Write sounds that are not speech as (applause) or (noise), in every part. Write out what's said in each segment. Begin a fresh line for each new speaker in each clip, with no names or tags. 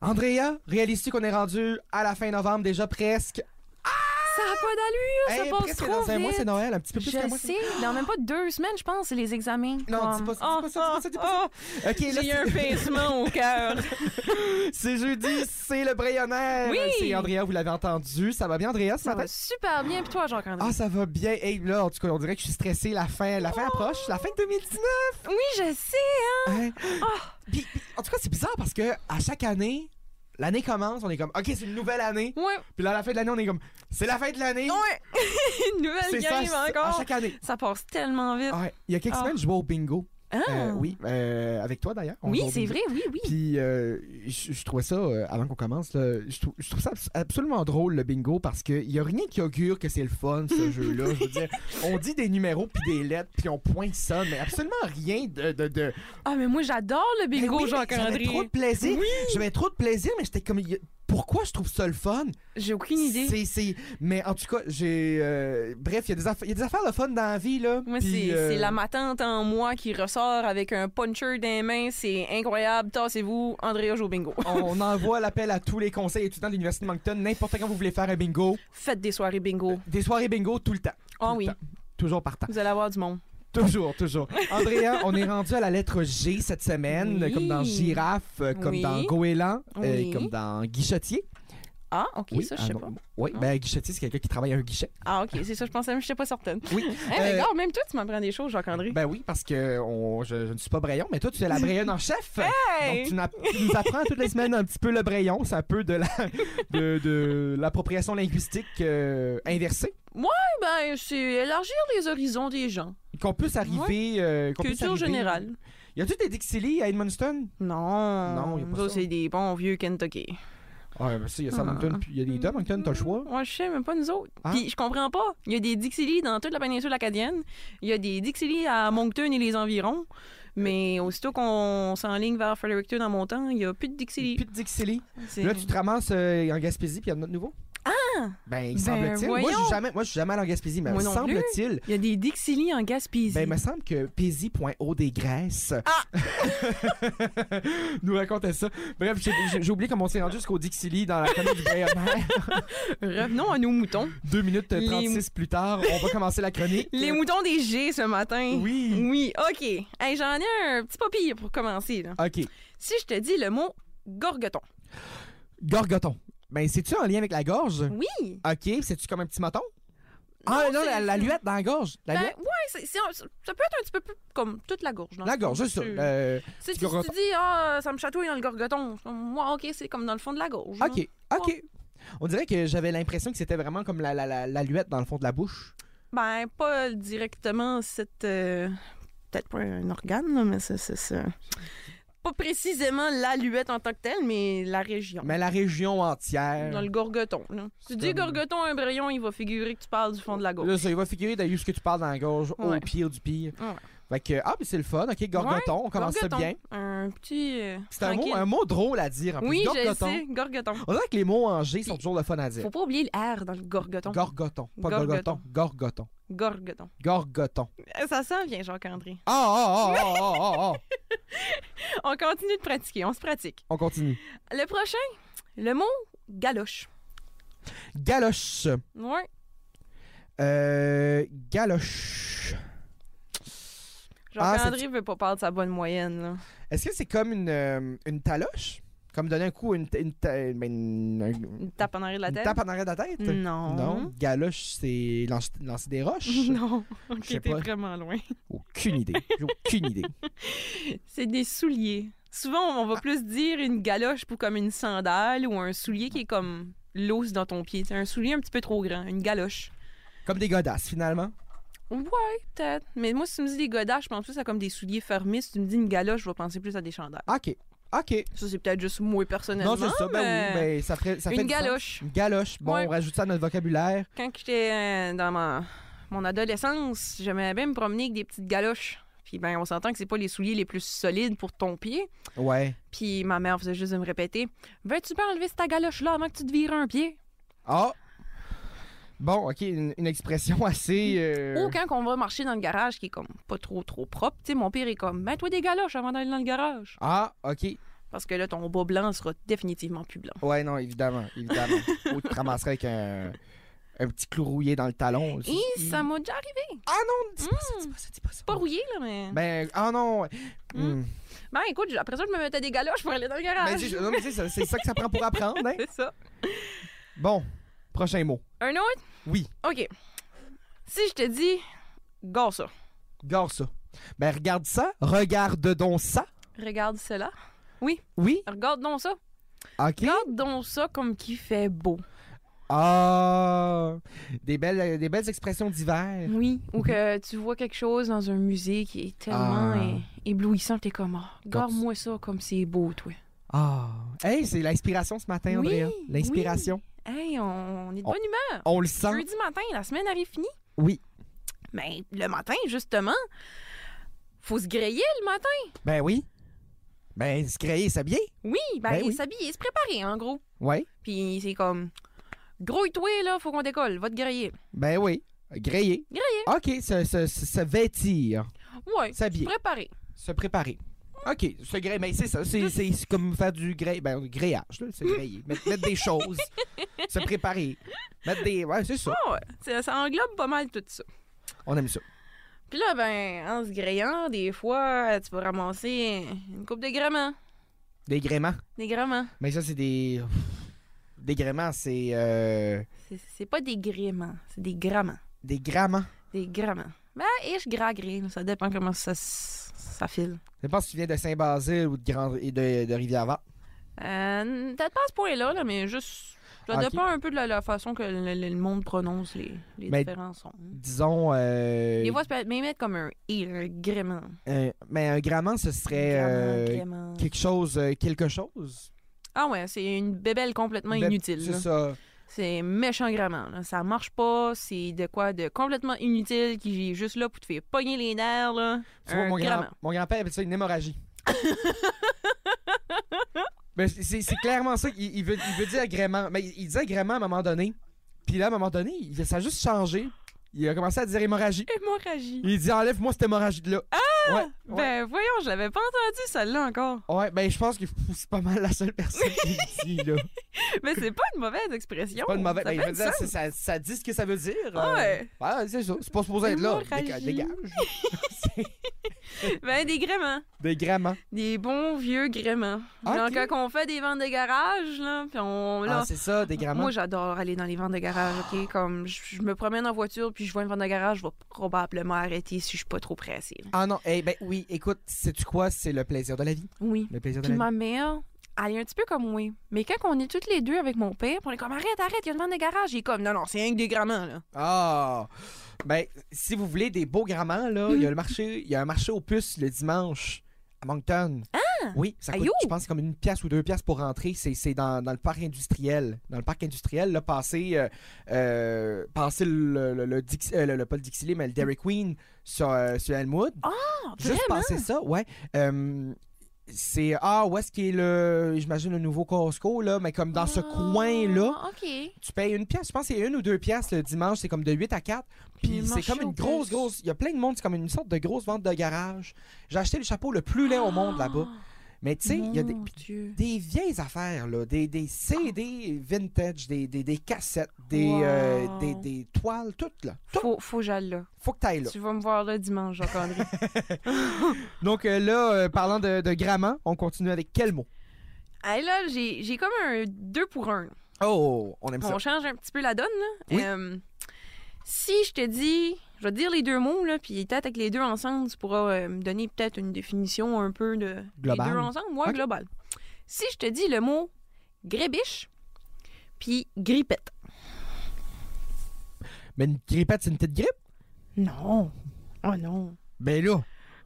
Andrea, réalise-tu qu'on est rendu à la fin novembre déjà presque?
Ça n'a pas d'allure,
Hey,
ça passe
presque
trop
dans un mois,
vite.
c'est Noël, un petit peu plus qu'un
Je
mois. c'est-
sais, dans même pas deux semaines, je pense, c'est les examens. Ah,
Non, dis pas ça, dis pas ça, dis pas ça, dis pas ça. Ok, là,
J'ai eu un
c'est-
pincement au cœur.
(laughs) c'est jeudi, c'est le Brayonnaire.
Oui.
C'est Andrea, vous l'avez entendu. Ça va bien, Andrea, ce
Ça
matin?
va super bien, puis toi, Jean-André?
Ah, ça va bien. Hey, là, en tout cas, on dirait que je suis stressé. La fin, la fin
Oh!
approche. La fin de 2019.
oui, je sais,
Hein? Puis, puis, en tout cas, c'est bizarre parce que à chaque année, l'année commence, on est comme, OK, c'est une nouvelle année.
hein. Ouais,
Puis là, à la fin de l'année, on est comme, c'est la fin de l'année.
ouais. (laughs) Une nouvelle
c'est ça,
game
c'est- à
encore.
chaque année.
Ça passe tellement vite.
Ouais. Il y a quelques
Ah.
semaines, je jouais au bingo.
Ah.
Euh, oui, euh, avec toi d'ailleurs. On
Oui,
joue au
c'est
bingo.
vrai, oui, oui.
Puis euh, je, je trouvais ça, euh, avant qu'on commence, là, je, trou- je trouve ça abs- absolument drôle le bingo parce qu'il n'y a rien qui augure que c'est le fun
(laughs)
ce jeu-là. Je veux dire, on dit des numéros puis des lettres puis on pointe ça, mais absolument rien de. de, de...
Ah, mais moi, j'adore le bingo,
Mais oui, mais
Jean-André.
J'avais trop de plaisir. J'avais trop de plaisir, mais j'étais comme. y a- Pourquoi je trouve ça le fun?
J'ai aucune idée.
C'est, c'est- Mais en tout cas, j'ai. euh, Bref, il y, a des aff- il y a des affaires le fun dans la vie, là.
Moi,
Puis,
c'est
euh,
c'est la matante en moi qui ressort avec un puncher dans les mains. C'est incroyable. Tassez-vous, Andrea joue au bingo.
On envoie l'appel à tous les conseils étudiants de l'Université de Moncton, n'importe quand vous voulez faire un bingo.
Faites des soirées bingo.
Des soirées bingo tout le temps. Euh, Tout
Ah
le
oui.
temps. Toujours partant.
Vous allez avoir du monde.
Toujours, toujours. Andrea, on est rendu à la lettre G cette semaine,
Oui.
comme dans Girafe, euh, comme
Oui.
dans Goéland, euh,
Oui.
comme dans Guichetier.
Ah, OK, ça, je
ah
sais
non,
pas.
Oui, ben Guichetier, c'est quelqu'un qui travaille à un guichet.
Ah, OK, c'est ça, je pensais, mais je n'étais pas certaine.
Oui.
Eh, mais
Euh,
gars, même toi, tu m'apprends des choses, Jacques-André.
ben oui, parce que on- je, je ne suis pas Brayon, mais toi, tu
(laughs)
es la Brayonne en chef.
Hey!
Donc, tu, n'app- tu nous apprends toutes les semaines un petit peu le Brayon, c'est un peu de la de, de l'appropriation linguistique euh, inversée.
Eh ben, c'est élargir les horizons des gens.
Qu'on puisse arriver. euh, qu'on puisse
Culture
arriver-
générale.
Y a-tu des Dixili à Edmundston?
Non.
Non, y a pas ça.
c'est des bons vieux Kentucky.
Ouais, mais ça, il y a Sam
Ah.
Moncton, puis il y a des deux Moncton, t'as le choix.
Moi, je sais, même pas nous autres.
Ah.
Puis, je comprends pas. Il y a des Dixili dans toute la péninsule acadienne. Il y a des Dixili à Moncton et les environs. Mais aussitôt qu'on s'enligne vers Fredericton en montant, il y a plus de Dixili.
Puis de Dixili.
C'est-
Là, tu te ramasses euh, en Gaspésie, puis il y en a de nouveau. Ah! Ben, il
Ben,
semble-t-il. Moi, je
voyons.
suis jamais, moi, je suis jamais allé en Gaspésie, mais
Moi non plus.
semble-t-il.
Il y a des Dixili en Gaspésie.
Ben, il me semble que Pézy.O des Grèces
Ah!
(laughs) nous racontait ça. Bref, j'ai- j'ai j'ai oublié comment on s'est rendu jusqu'au Dixili dans la chronique du Bayonnaire.
Revenons à nos moutons.
Deux minutes
Les-
36 plus tard, on va commencer la chronique.
Les moutons des G ce matin.
Oui.
Oui, OK. Hey, J'en ai un petit papier pour commencer. là.
OK.
Si je te dis le mot gorgoton.
Gorgoton. Ben, c'est-tu en lien avec la gorge?
Oui.
OK, c'est-tu comme un petit maton? ah non,
c'est-
la, la luette dans la gorge. La
Ben,
luette.
ouais, c'est- c'est un- ça peut être un petit peu plus comme toute la gorge. dans
La
le
gorge,
fond,
c'est ça.
tu-
Euh,
Si
du
tu, tu
gorgoton.
dis, ah, ça me chatouille dans le gorgoton, moi, ok, c'est comme dans le fond de la gorge. hein.
OK, OK. On dirait que j'avais l'impression que c'était vraiment comme la, la, la, la luette dans le fond de la bouche.
Ben, pas directement cette. euh, Peut-être pas un organe, là, mais c'est c'est ça. Pas précisément la luette en tant que telle, mais la région.
Mais la région entière.
Dans le gorgoton. Là. Tu dis
comme-
gorgoton, un braillon, il va figurer que tu parles du fond de la gorge.
Là, ça, il va figurer d'ailleurs ce que tu parles dans la gorge au
Ouais.
pire du pire.
Ouais.
Fait que, ah, mais c'est le fun. OK, gorgoton, on commence
gorgoton.
ça bien.
Un petit. euh,
C'est un
tranquille.
mot, un mot drôle à dire en plus.
Oui, je
gorgoton.
sais, gorgoton.
On dirait que les mots en G sont toujours le fun à dire.
Faut pas oublier le R dans le gorgoton.
Gorgoton. Pas gorgoton.
Gorgoton.
Gorgoton.
gorgoton. Euh,
Gorgoton.
Ça sent bien, Jacques-André.
Ah, ah, ah, ah, ah, ah, ah.
On continue de pratiquer, on se pratique.
On continue.
Le prochain, le mot galoche.
Galoche.
Ouais.
Euh, galoche. Ah,
Jacques-André veut pas parler de sa bonne moyenne. là.
Est-ce que c'est comme une, euh, une taloche? Comme donner un coup, une, ta- une, ta- ben, une- un-
Une tape en arrière de la
une
tête. Mm.
tape en arrière de la tête?
Non.
Non. Galoche, c'est lancer, lancer des roches?
(laughs) Non. Ok,
Je sais
t'es
pas.
vraiment loin.
Aucune idée. J'ai Aucune idée.
C'est des souliers. Souvent, on va plus dire une galoche pour comme une sandale ou un soulier qui est comme l'os dans ton pied. C'est un soulier un petit peu trop grand, une galoche.
Comme des godasses, finalement.
Ouais, peut-être. Mais moi, si tu me dis des godasses, je pense plus à comme des souliers fermés. Si tu me dis une galoche, je vais penser plus à des chandales.
OK. OK.
Ça, c'est peut-être juste moi personnellement.
Non, c'est ça. Ben
mais
oui, ben, ça ferait. Ça fait
euh, une
du sens.
galoche.
Une galoche. Bon,
Ouais.
on rajoute ça à notre vocabulaire.
Quand j'étais euh, dans ma- mon adolescence, j'aimais bien me promener avec des petites galoches. Puis ben, on s'entend que c'est pas les souliers les plus solides pour ton pied.
Ouais.
Puis ma mère faisait juste de me répéter Veux-tu pas enlever cette galoche-là avant que tu te vires un pied
Ah! Bon, OK. Une, une expression (laughs) assez. euh,
Ou quand on va marcher dans le garage qui est comme pas trop trop propre, tu sais, mon père est comme Mets-toi des galoches avant d'aller dans le garage.
Ah, OK.
Parce que là, ton bas blanc sera définitivement plus blanc.
Ouais, non, évidemment, évidemment. Ou tu te ramasserais avec un, un petit clou rouillé dans le talon.
Et ça m'a déjà arrivé.
Ah non, dis pas ça, dis pas ça, dis pas ça.
Pas rouillé, là, mais. Ben,
Ben, ah non.
Mm.
Hmm.
écoute, après ça, je me mettais des galoches pour aller dans le garage.
Ben, c'est- non, mais c'est ça, c'est ça que ça prend pour apprendre. hein.
(laughs) C'est ça.
Bon, prochain mot.
Un autre?
Oui,
OK. Si je te dis, gars ça.
gare ça. Ben, regarde ça. Regarde donc ça.
Regarde cela.
Oui,
Regarde donc ça.
ok.
Regarde donc ça comme qui fait beau.
Ah, des belles, des belles expressions d'hiver.
Oui. Ou que tu vois quelque chose dans un musée qui est tellement
Mhm. Ah.
é- éblouissant, t'es comme, Ah, regarde-moi ça comme c'est beau, toi.
Ah, hey, c'est l'inspiration ce matin,
Oui,
Andrea.
oui.
L'inspiration.
Hey, on, on est de bonne humeur.
On le sent.
Jeudi matin, la semaine arrive finie.
Oui.
Mais le matin, justement, faut se griller le matin.
Ben oui. Ben, se créer, s'habiller.
Oui, ben,
Ben oui.
s'habiller, se préparer, en gros.
Ouais.
Puis c'est comme, grouille-toi, là, faut qu'on décolle, va te griller.
Ben oui. Gréer.
Griller.
OK, se, se, se, se vêtir.
Ouais,
S'habiller.
préparer.
Se préparer. OK, se gré, mais c'est ça, c'est, c'est- c'est comme faire du gré, ben, gréage, là, c'est (laughs) gréer. Mettre, mettre des choses, se préparer, mettre des... Ouais, c'est ça,
Ah ouais, ça, ça englobe pas mal tout ça.
on aime ça.
Puis là, ben, en se gréant, des fois, tu vas ramasser une coupe de gréments.
Des gréments.
Des gréments.
Mais ça, c'est des... Des gréments, c'est... euh,
C'est- C'est pas des gréments, c'est des graments.
des graments.
Des graments. Ben, ish, gras gré, ça dépend comment ça, s- ça file.
Je pense que tu viens de Saint-Basile ou de, Grand... et de, de Rivière-Verte.
Euh, peut-être pas à ce point-là, là, mais juste. Ça
Ah, ok.
dépend un peu de la, la façon que le, le- le monde prononce les, les
Ben,
différents sons.
Disons... euh,
Des fois, ça peut être- même être comme un i, un gréement.
un- mais un grément, ce serait... euh,
Grément, grément.
quelque chose, euh, quelque chose.
Ah ouais, c'est une bébelle complètement
Ben,
inutile.
C'est
là.
ça.
C'est méchant gréement. là. Ça marche pas, c'est de quoi de complètement inutile qui est juste là pour te faire pogner les nerfs. Là.
Tu vois,
Un
mon, grand,
gréement.
mon grand-père appelle ça une
(laughs)
hémorragie. Ben, c'est- c'est c'est clairement ça qu'il il veut, il veut dire agrément. Mais il, il disait agrément à un moment donné. Puis là, à un moment donné, il- ça a juste changé. Il a commencé à dire hémorragie.
Hémorragie.
Il dit enlève-moi cette hémorragie-là. Ah! Ouais, ouais,
Ben voyons, je l'avais pas entendu celle-là encore.
ouais, ben je pense que (laughs) c'est pas mal la seule personne qui le dit
(laughs)
là.
Mais c'est pas une mauvaise expression.
Pas de mauvais.
Ça
ben, je
fait
veux
du
dire,
sens.
c'est- ça, ça dit ce que ça veut dire. euh,
Ouais.
ouais, c'est ça. C'est pas supposé être là. Déga-
Hémorragie.
Dégage.
Ben des gréments.
Des gréments.
Des bons vieux gréments.
Ok.
Genre quand on fait des ventes de garage, là, puis on... Là,
Ah, c'est ça, des gréments.
moi, j'adore aller dans les ventes de garage, OK? Comme je je me promène en voiture, puis je vois une vente de garage, je vais probablement arrêter si je suis pas trop pressée. là.
Ah non, eh ben oui, écoute, sais-tu quoi? C'est le plaisir de la vie.
Oui.
Le plaisir de
Puis
la vie.
ma mère, elle est un petit peu comme moi. Mais quand on est toutes les deux avec mon père, puis on est comme « Arrête, arrête, il y a une vente de garage! » Il est comme « Non, non, c'est rien que des gréments, là.
Ah! Ben, si vous voulez des beaux gramants, là, il y a le marché, il y a un marché aux puces le dimanche à Moncton. Ah! Oui, ça coûte,
Aïe, oh!
je pense, comme une pièce ou deux pièces pour rentrer. C'est c'est dans, dans le parc industriel. Dans le parc industriel, là, passer, euh, euh, passer le, le, le Dix- euh, le- le- pas le Dixieland, mais le Dairy Queen sur, euh, sur Elmwood.
Ah,
Juste
vraiment?
passer ça, ouais. Euh, c'est ah où est-ce qu'il est le j'imagine le nouveau Costco là mais comme dans ce coin là
Ah, OK.
tu payes une pièce, je pense que c'est une ou deux pièces le dimanche, c'est comme de 8 à 4. Puis
le
c'est
marché
comme une
aux
grosse,
puces.
grosse. Il y a plein de monde, c'est comme une sorte de grosse vente de garage. J'ai acheté le chapeau le plus laid au
Ah!
monde là-bas. Mais tu sais, il y a des,
Mon Dieu.
des vieilles affaires, là, des, des CD vintage, des, des, des cassettes, des,
Wow.
euh, des, des toiles, toutes là. Tout,
Faut, faut que j'aille là.
faut que t'ailles là.
Tu vas me voir là
(laughs)
dimanche, Jacques-André.
Donc euh, là, euh, parlant de, de grammaire, on continue avec quel mot?
Hey, là, j'ai j'ai comme un deux pour un.
Oh, on aime ça.
Ah, On change un petit peu la donne. Là.
Oui.
Euh, si je te dis, je vais te dire les deux mots, là, puis peut-être avec les deux ensemble, tu pourras euh, me donner peut-être une définition un peu de
Globale.
les deux ensemble, moi
Ok.
global. Si je te dis le mot grébiche, puis grippette.
Mais une grippette, c'est une petite grippe?
Non. Oh non.
Ben là.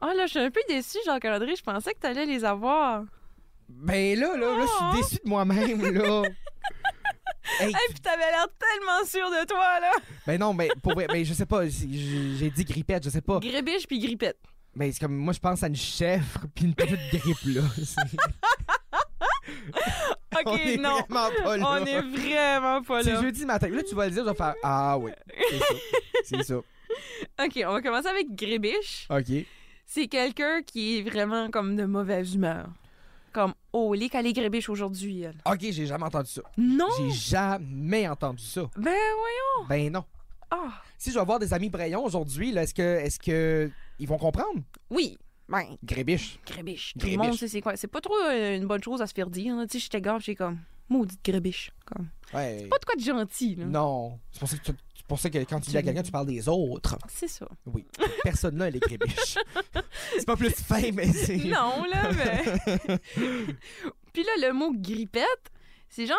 Ah là, je suis un peu déçue, Jacques-André. Je pensais que t'allais les avoir.
Ben là, là, là,
Ah.
je suis déçu de moi-même,
(laughs)
là. Hey,
Hey, puis t'avais l'air tellement sûr de toi, là.
ben non, mais pour vrai, ben je sais pas, c'est- j'ai j'ai dit grippette, je sais pas.
Grébiche puis grippette.
Ben c'est comme, moi je pense à une chèvre puis une petite grippe, là. C'est- (laughs) (laughs)
(laughs) OK,
on est
non.
vraiment pas là.
On est vraiment pas
C'est
là.
jeudi matin. Là, tu vas le dire, je vais faire Ah oui, c'est ça. C'est ça.
OK, on va commencer avec grébiche.
OK.
C'est quelqu'un qui est vraiment comme de mauvaise humeur. comme Oh, les calégrébiches aujourd'hui. elle.
Ok, j'ai jamais entendu ça.
Non!
J'ai jamais entendu ça.
Ben oui!
Ben non.
Ah!
Si je vais voir des amis Brayon aujourd'hui, là, est-ce que, est-ce que ils vont comprendre?
Oui! Ben,
Grébiche.
grébiche. Tout
Grébiche.
le monde sait c'est quoi. C'est pas trop euh, une bonne chose à se faire dire. là. Tu sais, j'étais gaffe, j'ai comme Maudite grébiche. Comme.
Ouais.
Pas de quoi de gentil, là.
Non. C'est pour ça que, tu- c'est pour ça que quand tu dis à quelqu'un, tu parles des autres.
C'est ça.
Oui. Personne-là, elle est
(laughs)
grébiche. c'est pas plus fin, mais c'est.
Non,
(laughs)
là, mais. (laughs) Puis là, le mot grippette, c'est genre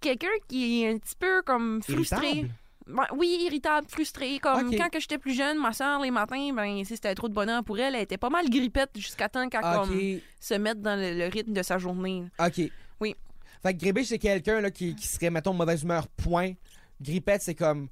quelqu'un qui est un petit peu comme frustré.
Irritable.
Ben, oui, irritable, frustré. Comme
Ok.
quand que j'étais plus jeune, ma soeur, les matins, ben, si c'était trop de bonheur pour elle, elle était pas mal grippette jusqu'à temps qu'elle comme,
Ah, Ok.
se mette dans le, le rythme de sa journée.
OK.
Oui.
Fait que Grébiche, c'est quelqu'un là, qui, qui serait, mettons, de mauvaise humeur, point. Grippette, c'est comme.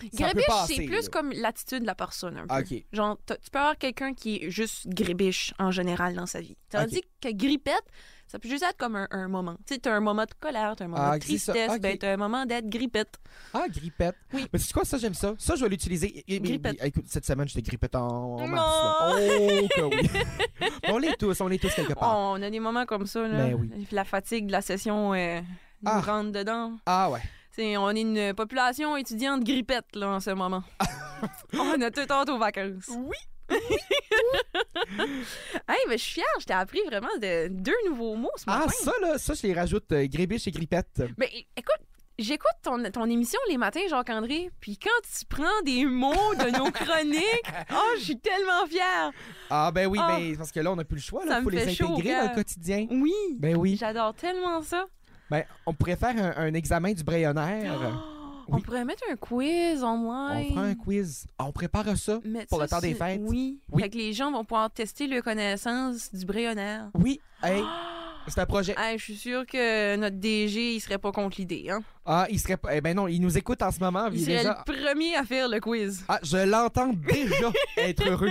Ça peut
Grébiche,
passer,
c'est plus
là.
comme l'attitude de la personne, un peu.
OK.
Genre, t'as- tu peux avoir quelqu'un qui est juste grébiche en général dans sa vie. Tandis que grippette, ça peut juste être comme un, un moment. Tu sais, t'as un moment de colère, t'as un moment
Ah,
de
c'est ça.
tristesse,
Ok.
ben t'as un moment d'être grippette.
Ah, grippette.
Oui.
Mais c'est quoi ça, j'aime ça. Ça, je vais l'utiliser. Et- et-
Grippette.
et- Écoute, cette semaine, j'étais grippette en, en
Non.
mars. là. Oh, que oui.
(laughs)
on l'est tous, on l'est tous quelque part.
Oh, on a des moments comme ça, là.
Ben oui.
La fatigue de la session euh, nous
Ah.
rentre dedans.
Ah ouais.
C'est- on est une population étudiante grippette, là, en
(laughs)
ce moment. on a tout hâte aux vacances. Oui! (laughs) hey, mais je suis fière, je t'ai appris vraiment de deux nouveaux mots ce
Ah,
matin.
ça, là, ça, je les rajoute. euh, Grébiche et grippette.
Mais Ben, écoute, j'écoute ton, ton émission les matins, Jacques-André, puis quand tu prends des mots de nos chroniques, oh, je suis tellement fière!
Ah, ben oui,
Ah.
mais c'est parce que là, on n'a plus le choix. Il
Ça me
faut les
fait chaud au Mmh.
intégrer dans
cœur.
le quotidien.
Oui!
Ben oui.
J'adore tellement ça!
Ben, on pourrait faire un, un examen du brayonnaire.
Oh,
hein? oui.
On pourrait mettre un quiz online.
On prend un quiz. Ah, on prépare ça.
Mettre
pour
ça
le temps des
sur-
fêtes.
Oui.
Oui.
Fait que les gens vont pouvoir tester leur connaissance du brayonnaire.
Oui. Hey,
Ah.
c'est un projet.
Hey, je suis sûre que notre DG, il serait pas contre l'idée. Hein?
Ah, il serait pas. Eh ben non, il nous écoute en ce moment.
Il
Ah, il est
serait
déjà-
le premier à faire le quiz.
Ah, je l'entends
(laughs)
déjà être heureux.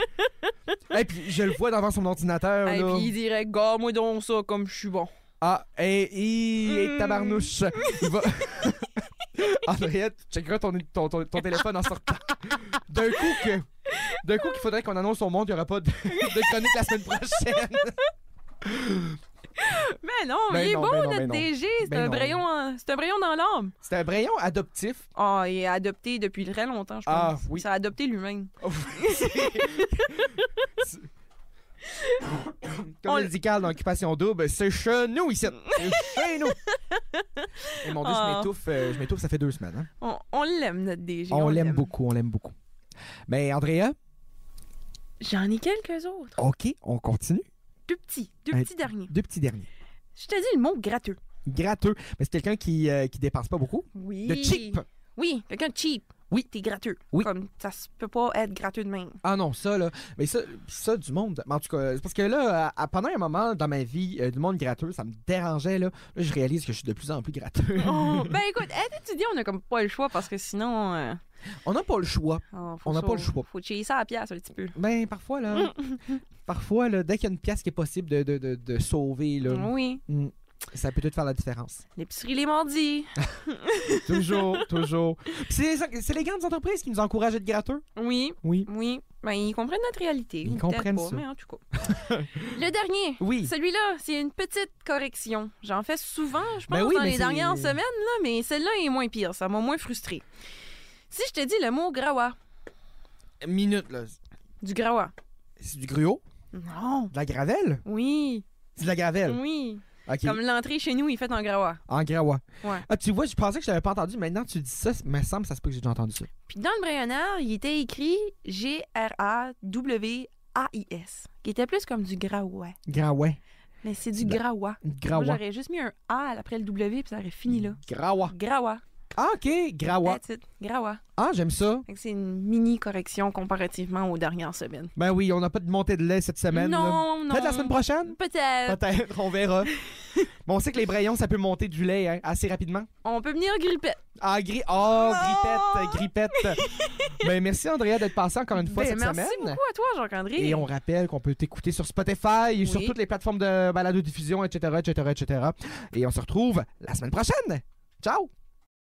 Et puis je le vois devant son ordinateur.
Et
là.
puis il dirait, garde-moi donc ça comme je suis bon.
Ah, et il tabarnouche. Il va. (laughs) Andréette, tu checkeras ton, ton, ton, ton téléphone en sortant. D'un coup que. D'un coup qu'il faudrait qu'on annonce au monde qu'il n'y aura pas de, de chronique la semaine prochaine.
Mais non,
Ben
il est
non,
beau
ben non,
notre
ben non.
DG, c'est
Ben
un
non.
braillon, en- c'est un braillon dans l'âme.
C'est un braillon adoptif.
Ah, il est adopté depuis très longtemps, je pense.
Ah, oui.
Ça a adopté lui-même.
Comme
On-
le médical dans Occupation Double, c'est chez nous ici. C'est chez nous. Et mon Dieu,
Ah.
je m'étouffe. euh, je m'étouffe, ça fait deux semaines. hein.
On, on l'aime notre DG.
On l'aime beaucoup, on l'aime beaucoup. Mais Andrea,
J'en ai quelques autres,
OK, on continue.
deux petits, deux
Hey.
petits derniers.
Deux petits derniers.
Je te dis le mot gratteux.
Gratteux. Mais c'est quelqu'un qui, euh, qui dépense pas beaucoup.
Oui.
De cheap.
Oui, quelqu'un de cheap.
Oui.
t'es gratteux.
Oui.
Comme ça se peut pas être gratteux
(laughs)
de même.
Ah non, ça, là. Mais ça, ça du monde. Mais en tout cas, c'est parce que là, à- à- pendant un moment dans ma vie, euh, du monde gratteux, ça me dérangeait, là. Là, je réalise que je suis de plus en plus
(laughs)
gratteux.
Oh, ben écoute, être étudiant, on a comme pas le choix parce que sinon, euh,
on n'a pas le choix.
oh, faut
On n'a
ça-
pas le choix.
Faut chier ça à la pièce un petit peu.
Ben, parfois,
(laughs)
là. parfois, là, dès qu'il y a une pièce qui est possible de, de, de, de sauver, là, hmm,
Oui.
ça peut tout faire la différence.
L'épicerie les mardis.
toujours, (laughs) toujours. Puis C'est les- c'est les grandes entreprises qui nous encouragent à être gratteux.
Oui.
Oui.
Oui, ben, ils comprennent notre réalité.
Ils
Peut-être
comprennent
pas,
ça.
Mais en tout
(laughs)
cas. le dernier.
Oui.
Celui-là, c'est une petite correction. J'en fais souvent, je pense,
Ben oui,
dans
mais
les
c'est-
dernières semaines, là, mais celle-là est moins pire. Ça m'a moins frustrée. Si je te dis le mot grawa,
Minute, là.
du grawa.
C'est du gruau,
Non.
de la gravelle.
Oui.
C'est de la gravelle.
Oui.
OK.
Mm. Comme l'entrée chez nous est faite en grawa.
En graois.
Ouais.
Ah, tu vois, je pensais que je l'avais pas entendu. Maintenant, tu dis ça, il me semble ça se peut que j'ai déjà entendu ça.
Puis dans le Brayonnard, il était écrit G-R-A-W-A-I-S, qui était plus comme du grawa.
Graois.
Mais c'est du
Ben,
grawa. Moi,
Graois.
j'aurais juste mis un A après le W, puis ça aurait
Hmm.
fini là.
Graois.
Grawa.
Ah, OK. Graois.
That's it. Grawa.
Ah, j'aime ça.
Fait que C'est une mini correction comparativement aux dernières semaines.
Ben oui, on n'a pas de montée de lait cette semaine. là.
non, non. Euh.
Peut-être la semaine prochaine?
Peut-être.
Peut-être, on
(laughs)
verra. bon, on sait que les braillons, ça peut monter du lait hein, assez rapidement.
On peut venir gripper.
Ah, gri... oh,
Non!
grippette,
(laughs)
grippette. ben, merci, Andrea, d'être passé encore une fois
Ben,
cette
merci
semaine.
beaucoup à toi, Jacques-André.
Et on rappelle qu'on peut t'écouter sur Spotify, et sur
Oui.
toutes les plateformes de balado-diffusion, etc., etc., etc. Et on se retrouve la semaine prochaine. Ciao!